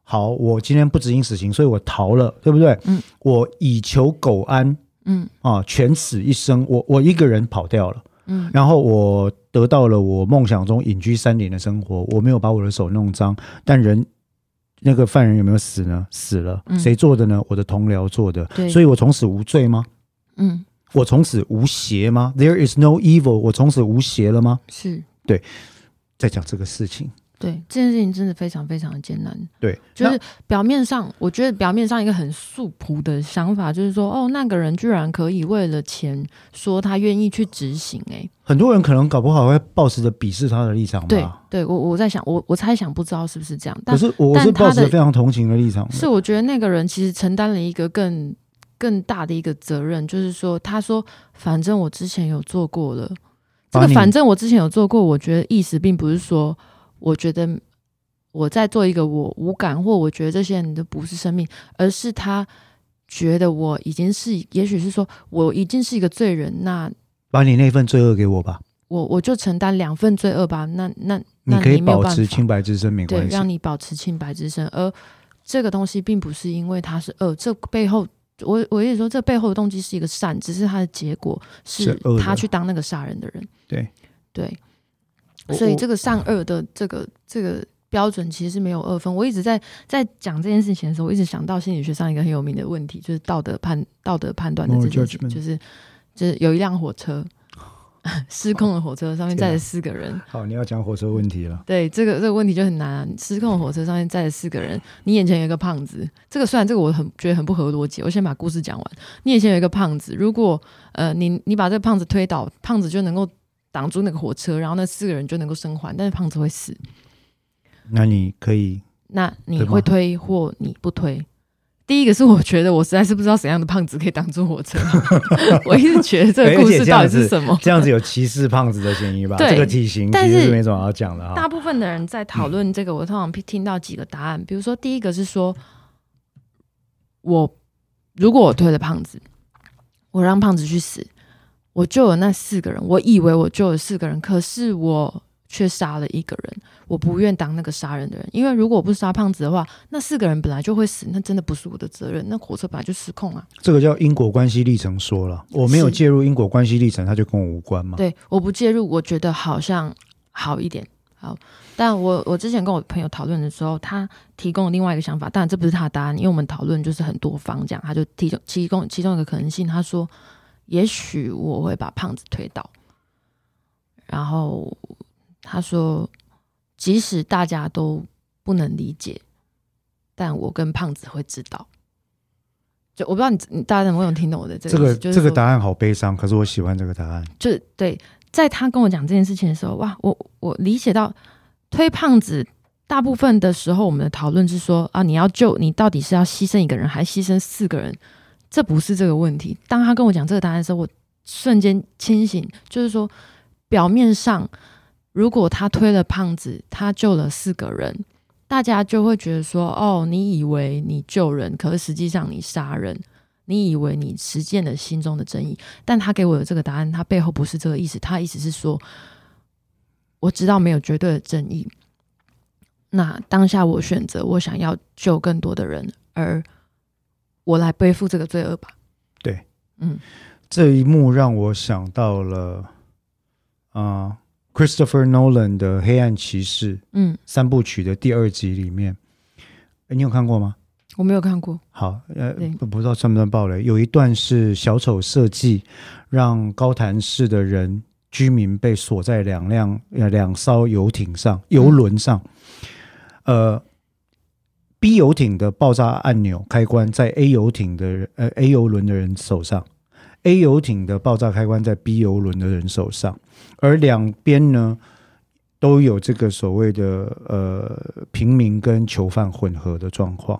好，我今天不执行死刑，所以我逃了，对不对？嗯，我以求苟安嗯啊，全此一生，我我一个人跑掉了。嗯然后我得到了我梦想中隐居山林的生活，我没有把我的手弄脏，但人那个犯人有没有死呢？死了，嗯谁做的呢？我的同僚做的，对所以我从此无罪吗？嗯，我从此无邪吗？There is no evil，我从此无邪了吗？是在讲这个事情，对这件事情真的非常非常的艰难。对，就是表面上，我觉得表面上一个很素朴的想法，就是说，哦，那个人居然可以为了钱说他愿意去执行、欸，很多人可能搞不好会抱持着鄙视他的立场对吧。对，我我在想，我我猜想，不知道是不是这样，可但是是我我是但他抱的持着非常同情的立场的，我觉得那个人其实承担了一个更更大的一个责任，就是说，他说，反正我之前有做过了，这把个你反正我之前有做过，我觉得意思并不是说，我觉得我在做一个我无感或我觉得这些人都不是生命，而是他觉得我已经是，也许是说我已经是一个罪人，那把你那份罪恶给我吧，我我就承担两份罪恶吧，那那你那可以你没有保办持法。清白之身没对，关系。让你保持清白之身。而这个东西并不是因为它是恶，这背后我我也说这背后的动机是一个善，只是它的结果是是恶的他去当那个杀人的人。对对，我所以我这个善恶的这个这个标准其实是没有二分。我一直在在讲这件事情的时候，我一直想到心理学上一个很有名的问题，就是道德判道德判断的 Moral 这件事 judgment 情，就是就是有一辆火车 失控的火车上面载天了啊四个人，好，你要讲火车问题了。对这个这个问题就很难、啊。失控的火车上面载了四个人，你眼前有一个胖子，这个虽然这个我很觉得很不合逻辑，我先把故事讲完。你眼前有一个胖子，如果呃你你把这个胖子推倒，胖子就能够挡住那个火车，然后那四个人就能够生还，但是胖子会死。那你可以那你对吗会推或你不推？第一个是我觉得我实在是不知道怎样的胖子可以挡住火车，啊 我一直觉得这哎个而故且事这到样底是子什么？这样子有歧视胖子的嫌疑吧？ 对这个体型但其实是是没什么好讲的大哈。部分的人在讨论这个，我通常听到几个答案，比如说第一个是说，我如果我推了胖子，我让胖子去死，我救了那四个人，我以为我救了四个人，可是我却杀了一个人，我不愿当那个杀人的人，因为如果我不杀胖子的话，那四个人本来就会死，那真的不是我的责任，那火车本来就失控啊，这个叫因果关系历程说了，我没有是介入因果关系历程，它就跟我无关嘛。对，我不介入，我觉得好像好一点。好，但我我之前跟我朋友讨论的时候，他提供了另外一个想法，当然这不是他的答案，因为我们讨论就是很多方这样，他就提供提供其中一个可能性，他说，也许我会把胖子推倒，然后他说，即使大家都不能理解，但我跟胖子会知道。就我不知道你你大家有没有听懂我的这个这个意思就是这个说答案好悲伤，可是我喜欢这个答案。就是对，在他跟我讲这件事情的时候，哇，我我理解到推胖子大部分的时候，我们的讨论是说啊，你要救你到底是要牺牲一个人，还牺牲四个人，这不是这个问题。当他跟我讲这个答案的时候，我瞬间清醒，就是说表面上如果他推了胖子，他救了四个人。大家就会觉得说，哦，你以为你救人，可是实际上你杀人，你以为你实践了心中的正义，但他给我的这个答案，他背后不是这个意思，他意思是说，我知道没有绝对的正义。那当下我选择，我想要救更多的人，而我来背负这个罪恶吧。对，嗯，这一幕让我想到了，啊、c h r i s t o p h e r Nolan 的《黑暗骑士》嗯，三部曲的第二集里面，诶你有看过吗？我没有看过，好，呃对，不不知道算不算暴雷。有一段是小丑设计让高谭市的人居民被锁在两辆呃两艘游艇上、游轮上，呃，B 游艇的爆炸按钮开关在 A 游艇的人呃 A 游轮的人手上，A 游艇的爆炸开关在 B 游轮的人手上，而两边呢都有这个所谓的呃平民跟囚犯混合的状况。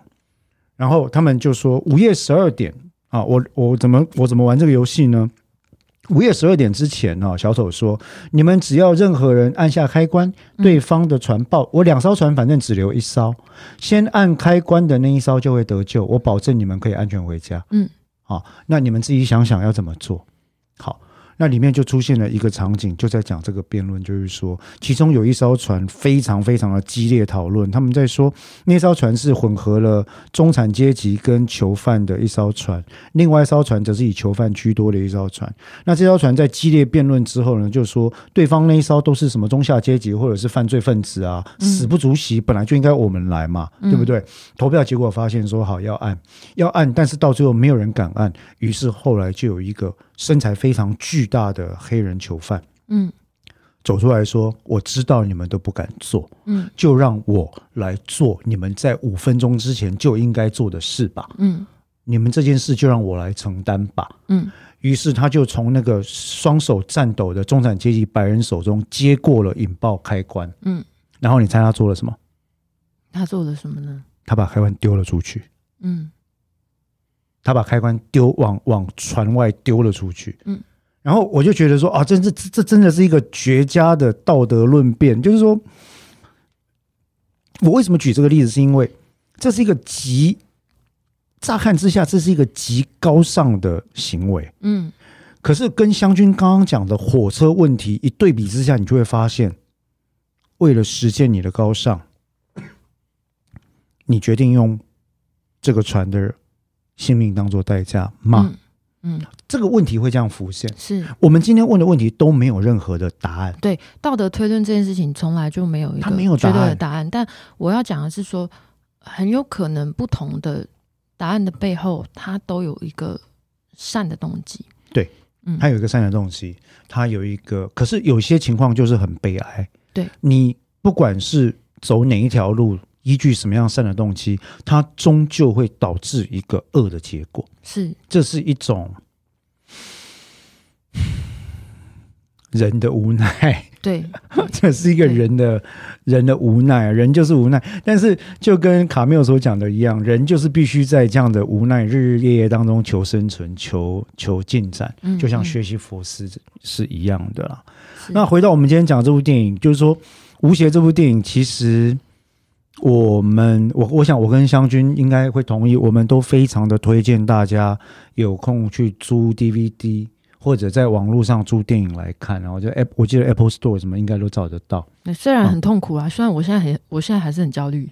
然后他们就说午夜十二点啊，我我怎么我怎么玩这个游戏呢？午夜十二点之前啊，小丑说：“你们只要任何人按下开关，嗯对方的船爆，我两艘船反正只留一艘，先按开关的那一艘就会得救，我保证你们可以安全回家。”嗯，好，那你们自己想想要怎么做。好，那里面就出现了一个场景，就在讲这个辩论，就是说，其中有一艘船非常非常的激烈讨论，他们在说那艘船是混合了中产阶级跟囚犯的一艘船，另外一艘船则是以囚犯居多的一艘船。那这艘船在激烈辩论之后呢，就说对方那一艘都是什么中下阶级或者是犯罪分子啊，嗯死不足惜，本来就应该我们来嘛，嗯对不对？投票结果发现说好要按，要按，但是到最后没有人敢按，于是后来就有一个身材非常巨大的黑人囚犯嗯走出来说：“我知道你们都不敢做，嗯就让我来做你们在五分钟之前就应该做的事吧。”嗯你们这件事就让我来承担吧。嗯于是他就从那个双手颤抖的中产阶级白人手中接过了引爆开关，嗯，然后你猜他做了什么？他做了什么呢？他把开关丢了出去，嗯他把开关丢往往船外丢了出去，嗯。然后我就觉得说啊，这这这这真的是一个绝佳的道德论辩，就是说，我为什么举这个例子，是因为这是一个极，乍看之下这是一个极高尚的行为，嗯可是跟湘军刚刚讲的火车问题一对比之下，你就会发现，为了实现你的高尚，你决定用这个船的性命当做代价吗？嗯嗯这个问题会这样浮现。是我们今天问的问题都没有任何的答案，对道德推论这件事情，从来就没有一它个没有绝对答的案答案。但我要讲的是说，很有可能不同的答案的背后，它都有一个善的动机。对，嗯，它有一个善良的东西，它有一个，可是有些情况就是很悲哀。对你不管是走哪一条路，依据什么样善的动机，它终究会导致一个恶的结果。是这是一种人的无奈， 对，这是一个对人的人的无奈，人就是无奈。但是就跟卡缪所讲的一样，人就是必须在这样的无奈日日夜夜当中求生存、求求进展，嗯就像嗯学习佛斯是一样的啦。是那回到我们今天讲这部电影，就是说《无邪》这部电影，其实我们我我想我跟湘君应该会同意，我们都非常的推荐大家有空去租 DVD 或者在网络上租电影来看。然后就 App，我记得 Apple Store 什么应该都找得到。那虽哦然很痛苦啊，虽然我现在很，我现在还是很焦虑，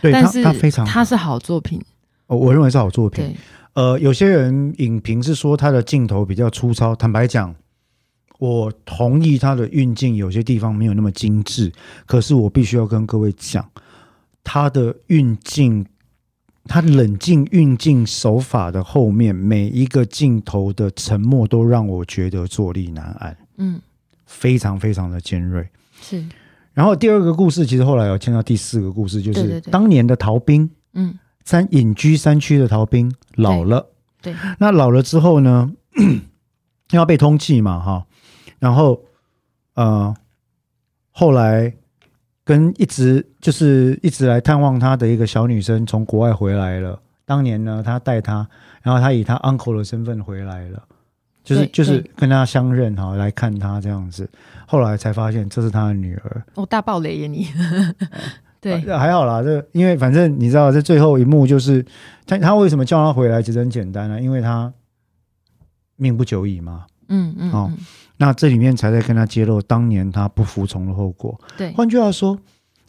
对，但它是它非常，它是好作品，哦我认为是好作品。对，呃，有些人影评是说他的镜头比较粗糙，坦白讲，我同意他的运镜有些地方没有那么精致，可是我必须要跟各位讲，他的运镜，他冷静运镜手法的后面每一个镜头的沉默都让我觉得坐立难安，嗯，非常非常的尖锐。是，然后第二个故事，其实后来有牵到第四个故事，就是对对对当年的逃兵，嗯，山隐居山区的逃兵老了，对，那老了之后呢， 要被通缉嘛，哈，然后呃，后来跟一直就是一直来探望他的一个小女生从国外回来了，当年呢，他带她，然后他以他 uncle 的身份回来了。就是对就是对跟他相认哈，来看他这样子，后来才发现这是他的女儿，我大爆雷耶你， 对，呃还好啦，这因为反正你知道，这最后一幕就是他他为什么叫他回来，其实很简单啊，因为他命不久矣嘛。嗯嗯，好嗯那这里面才在跟他揭露当年他不服从的后果。对，换句话说，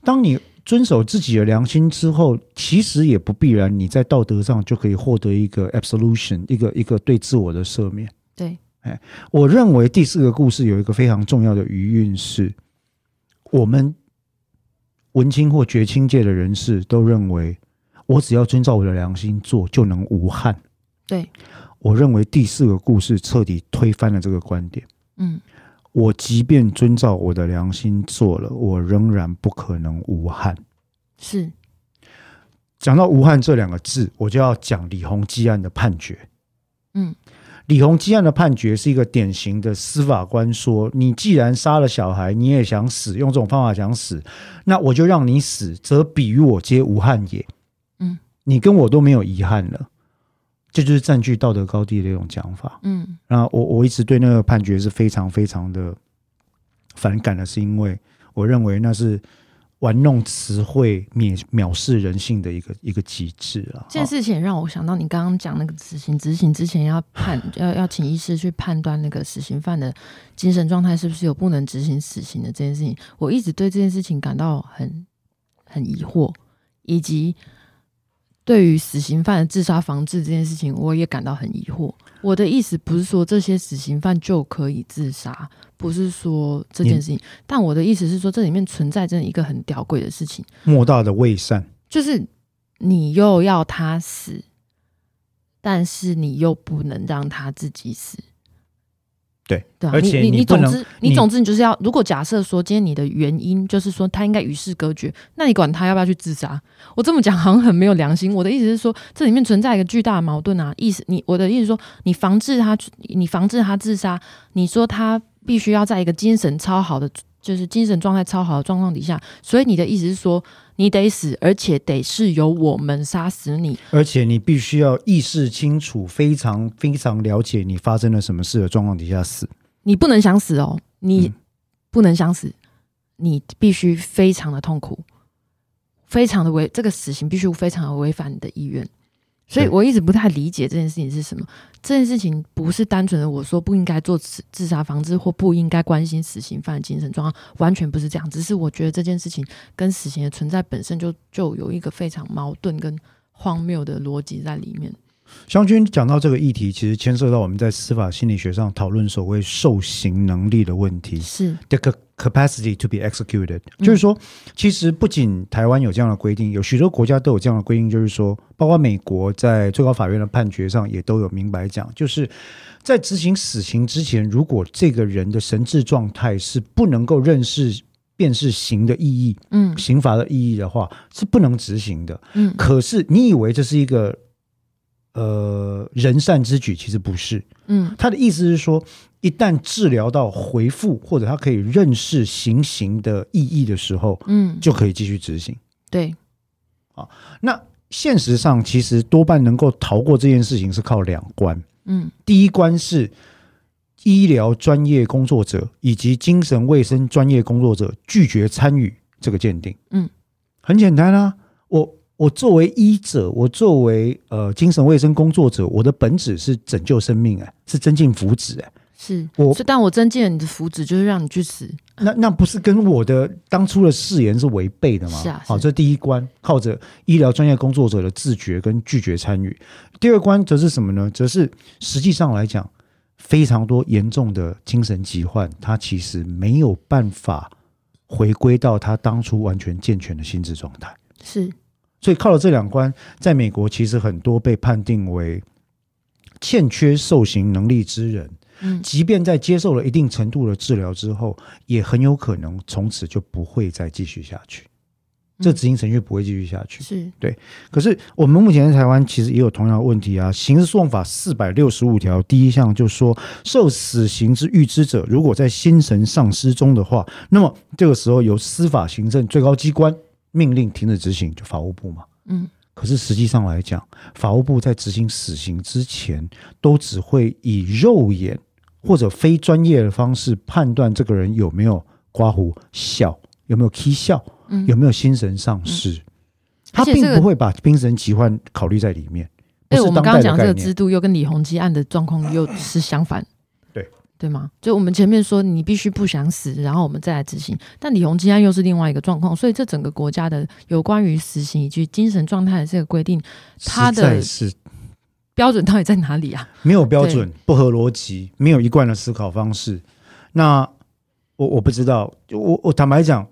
当你遵守自己的良心之后，其实也不必然你在道德上就可以获得一个 absolution，一个一个对自我的赦免。对，哎，我认为第四个故事有一个非常重要的余韵是，我们文青或觉青界的人士都认为，我只要遵照我的良心做，就能无憾。对，我认为第四个故事彻底推翻了这个观点。嗯，我即便遵照我的良心做了，我仍然不可能无憾。是，讲到“无憾”这两个字，我就要讲李鸿基案的判决。嗯，李鸿基案的判决是一个典型的司法官说：“你既然杀了小孩，你也想死，用这种方法想死，那我就让你死，则彼于我皆无憾也。”嗯，你跟我都没有遗憾了，这就是占据道德高地的一种讲法。嗯，那我我一直对那个判决是非常非常的反感的，是因为我认为那是玩弄词汇、蔑藐视人性的一个一个极致啊。这件事情让我想到你刚刚讲那个执行，执行之前要判，要要请医师去判断那个死刑犯的精神状态是不是有不能执行死刑的这件事情，我一直对这件事情感到很很疑惑，以及对于死刑犯的自杀防治这件事情，我也感到很疑惑。我的意思不是说这些死刑犯就可以自杀，不是说这件事情，但我的意思是说，这里面存在真的一个很吊诡的事情。莫大的伪善，就是你又要他死，但是你又不能让他自己死。对对、啊，而且你你你不总能之你你总之你就是要，如果假设说今天你的原因就是说他应该与世隔绝，那你管他要不要去自杀？我这么讲好像很没有良心。我的意思是说，这里面存在一个巨大的矛盾啊。意思你我的意思是说，你防治他，你防治他自杀，你说他必须要在一个精神超好的，就是精神状态超好的状况底下，所以你的意思是说，你得死，而且得是由我们杀死你。而且你必须要意识清楚，非常非常了解你发生了什么事的状况底下死。你不能想死哦，你嗯不能想死，你必须非常的痛苦，非常的违这个死刑必须非常的违反你的意愿。所以对我一直不太理解这件事情是什么。这件事情不是单纯的我说不应该做自自杀防治或不应该关心死刑犯的精神状况，完全不是这样。只是我觉得这件事情跟死刑的存在本身就就有一个非常矛盾跟荒谬的逻辑在里面。湘军讲到这个议题，其实牵涉到我们在司法心理学上讨论所谓受刑能力的问题是 （the ca- capacity to be executed）。就是说，其实不仅台湾有这样的规定，有许多国家都有这样的规定，就是说，包括美国在最高法院的判决上也都有明白讲，就是在执行死刑之前，如果这个人的神智状态是不能够认识。辨识刑的意义，嗯刑罚的意义的话，是不能执行的。嗯可是你以为这是一个呃人善之举，其实不是。嗯他的意思是说，一旦治疗到回复或者他可以认识行刑的意义的时候，嗯，就可以继续执行。对，那现实上，其实多半能够逃过这件事情是靠两关。嗯第一关是医疗专业工作者以及精神卫生专业工作者拒绝参与这个鉴定。嗯，很简单啊，我我作为医者，我作为呃精神卫生工作者，我的本质是拯救生命、哎，是增进福祉、哎，是。我是但我增进了你的福祉，就是让你去死。那那不是跟我的当初的誓言是违背的吗？是啊是好，这第一关靠着医疗专业工作者的自觉跟拒绝参与。第二关则是什么呢？则是实际上来讲，非常多严重的精神疾患，他其实没有办法回归到他当初完全健全的心智状态。是，所以靠了这两关，在美国其实很多被判定为欠缺受刑能力之人，嗯即便在接受了一定程度的治疗之后，也很有可能从此就不会再继续下去，这嗯执行程序不会继续下去。是，可是我们目前在台湾其实也有同样的问题啊，《刑事诉讼法》四百六十五条第一项就说，受死刑之预知者，如果在心神丧失中的话，那么这个时候由司法行政最高机关命令停止执行，就法务部嘛。嗯可是实际上来讲，法务部在执行死刑之前，都只会以肉眼或者非专业的方式判断这个人有没有刮胡笑，有没有踢笑，嗯，有没有心神丧失。他而且这并不个会把精神疾患考虑在里面。不对，是我们当刚刚代讲的这概个念。制度，又跟李鸿基案的状况又是相反，对对吗？就我们前面说，你必须不想死，然后我们再来执行。但李鸿基案又是另外一个状况，所以这整个国家的有关于死刑以及精神状态的这个规定它实的在是标准到底在哪里啊？没有标准，不合逻辑，没有一贯的思考方式。那我我不知道，就我我坦白讲，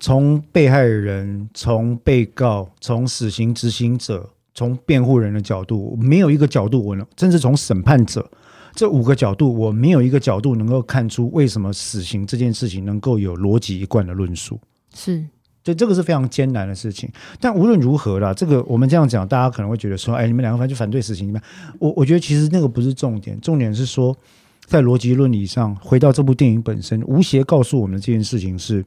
从被害人、从被告、从死刑执行者、从辩护人的角度，没有一个角度我能，甚至从审判者这五个角度，我没有一个角度能够看出为什么死刑这件事情能够有逻辑一贯的论述。是，对，这个是非常艰难的事情。但无论如何啦，这个我们这样讲，大家可能会觉得说，哎，你们两个反正就反对死刑，你们我我觉得其实那个不是重点，重点是说，在逻辑论理上，回到这部电影本身，吴邪告诉我们的这件事情是，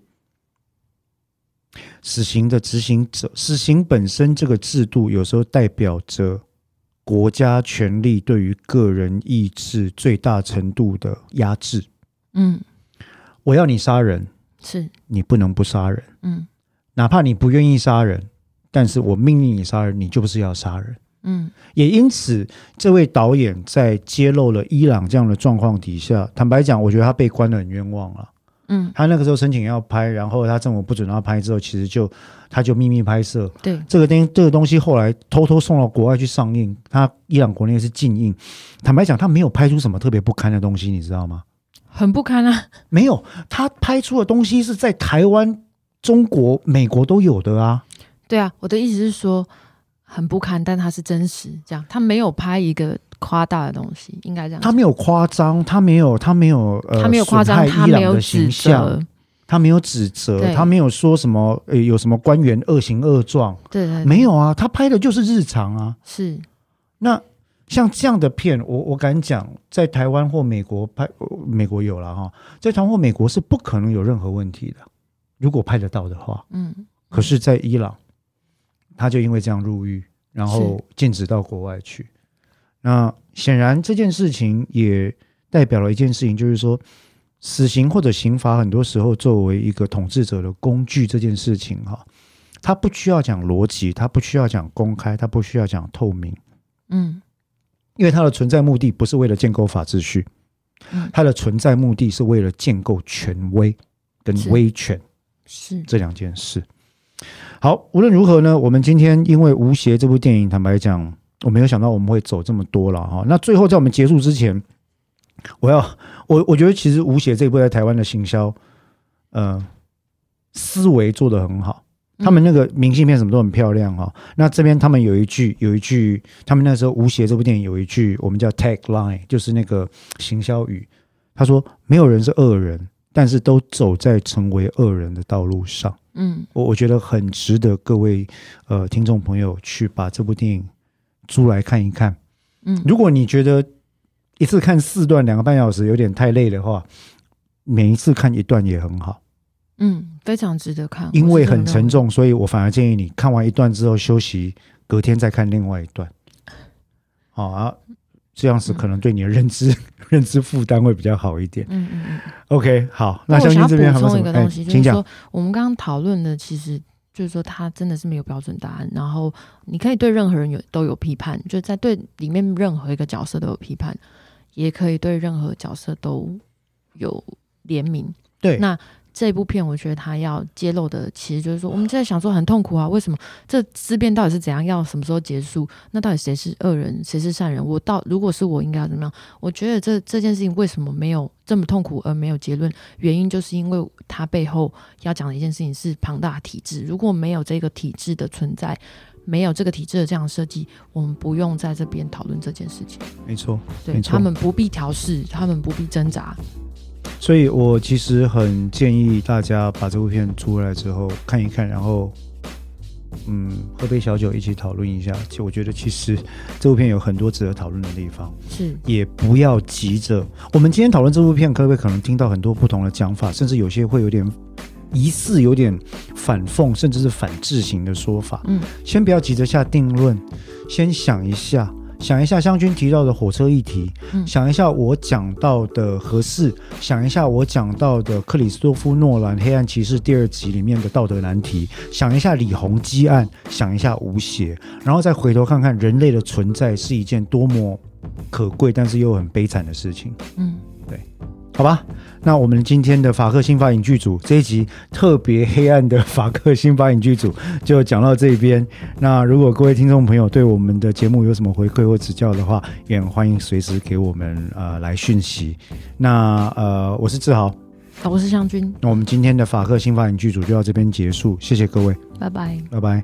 死刑的执行者，死刑本身这个制度有时候代表着国家权力对于个人意志最大程度的压制。嗯，我要你杀人，是，你不能不杀人。嗯哪怕你不愿意杀人，但是我命令你杀人，你就不是要杀人。嗯也因此，这位导演在揭露了伊朗这样的状况底下，坦白讲，我觉得他被关得很冤枉了。嗯，他那个时候申请要拍，然后他政府不准他拍之后，其实就他就秘密拍摄对，这个东这个东西，后来偷偷送到国外去上映，他伊朗国内是禁映。坦白讲，他没有拍出什么特别不堪的东西，你知道吗？很不堪啊。没有，他拍出的东西是在台湾、中国、美国都有的啊。对啊，我的意思是说很不堪，但它是真实，这样，他没有拍一个夸大的东西，应该这样他讲。没有夸张，他没有，他没有，呃，他没有夸张，损害他伊没朗有的形指象责，，他没有指责，对他没有说什么，呃，有什么官员恶行恶状，对对对没有啊，他拍的就是日常啊。是，那像这样的片，我我敢讲，在台湾或美国拍，呃美国有了哈，在台湾或美国是不可能有任何问题的，如果拍得到的话。嗯可是，在伊朗，他就因为这样入狱，然后禁止到国外去。那显然这件事情也代表了一件事情，就是说，死刑或者刑罚很多时候作为一个统治者的工具，这件事情哈、他不需要讲逻辑，他不需要讲公开，他不需要讲透明，嗯因为它的存在目的不是为了建构法秩序嗯，它的存在目的是为了建构权威跟是威权。是，这两件事。好，无论如何呢，我们今天因为《无邪》这部电影，坦白讲，我没有想到我们会走这么多了哈。那最后在我们结束之前，我要我我觉得其实吴邪这一波在台湾的行销，呃，思维做得很好。嗯他们那个明信片什么都很漂亮哈、哦。那这边他们有一句有一句，他们那时候《吴邪》这部电影有一句我们叫 tagline，就是那个行销语。他说：“没有人是恶人，但是都走在成为恶人的道路上。”嗯，我我觉得很值得各位呃听众朋友去把这部电影租来看一看。嗯如果你觉得一次看四段两个半小时有点太累的话，每一次看一段也很好，嗯，非常值得看，因我为是这么很认沉为。重，所以我反而建议你看完一段之后休息，隔天再看另外一 段。好、啊，这样子嗯可能对你的认知、 认知负担会比较好一点。嗯嗯嗯。 OK，好，那那我相想信要这边还补有没有什么？充一个哎东西，就请是讲。说我们刚刚讨论的，其实就是说它真的是没有标准答案，然后你可以对任何人有都有批判，就在对里面任何一个角色都有批判，也可以对任何角色都有怜悯。对，那这部片，我觉得他要揭露的，其实就是说，我们就在想说很痛苦啊，为什么这思辨到底是怎样，要什么时候结束？那到底谁是恶人，谁是善人？我到如果是我，应该要怎么样？我觉得这这件事情为什么没有这么痛苦而没有结论？原因就是因为它背后要讲的一件事情是庞大的体制，如果没有这个体制的存在，没有这个体制的这样的设计，我们不用在这边讨论这件事情。没错。对没错他们不必调试，他们不必挣扎。所以我其实很建议大家把这部片出来之后看一看，然后嗯，喝杯小酒一起讨论一下。其实我觉得其实这部片有很多值得讨论的地方，是，也不要急着。我们今天讨论这部片，各位可能听到很多不同的讲法，甚至有些会有点疑似有点反讽，甚至是反制型的说法。嗯先不要急着下定论，先想一下，想一下湘军提到的火车议题，嗯想一下我讲到的合适，想一下我讲到的克里斯托夫诺兰《黑暗骑士》第二集里面的道德难题，想一下李洪基案，想一下吴邪，然后再回头看看人类的存在是一件多么可贵，但是又很悲惨的事情。嗯。好吧，那我们今天的法克新法影剧组这一集特别黑暗的法克新法影剧组就讲到这边。那如果各位听众朋友对我们的节目有什么回馈或指教的话，也很欢迎随时给我们呃来讯息。那呃，我是志豪，啊我是湘君，那我们今天的法克新法影剧组就到这边结束，谢谢各位，拜拜。拜拜。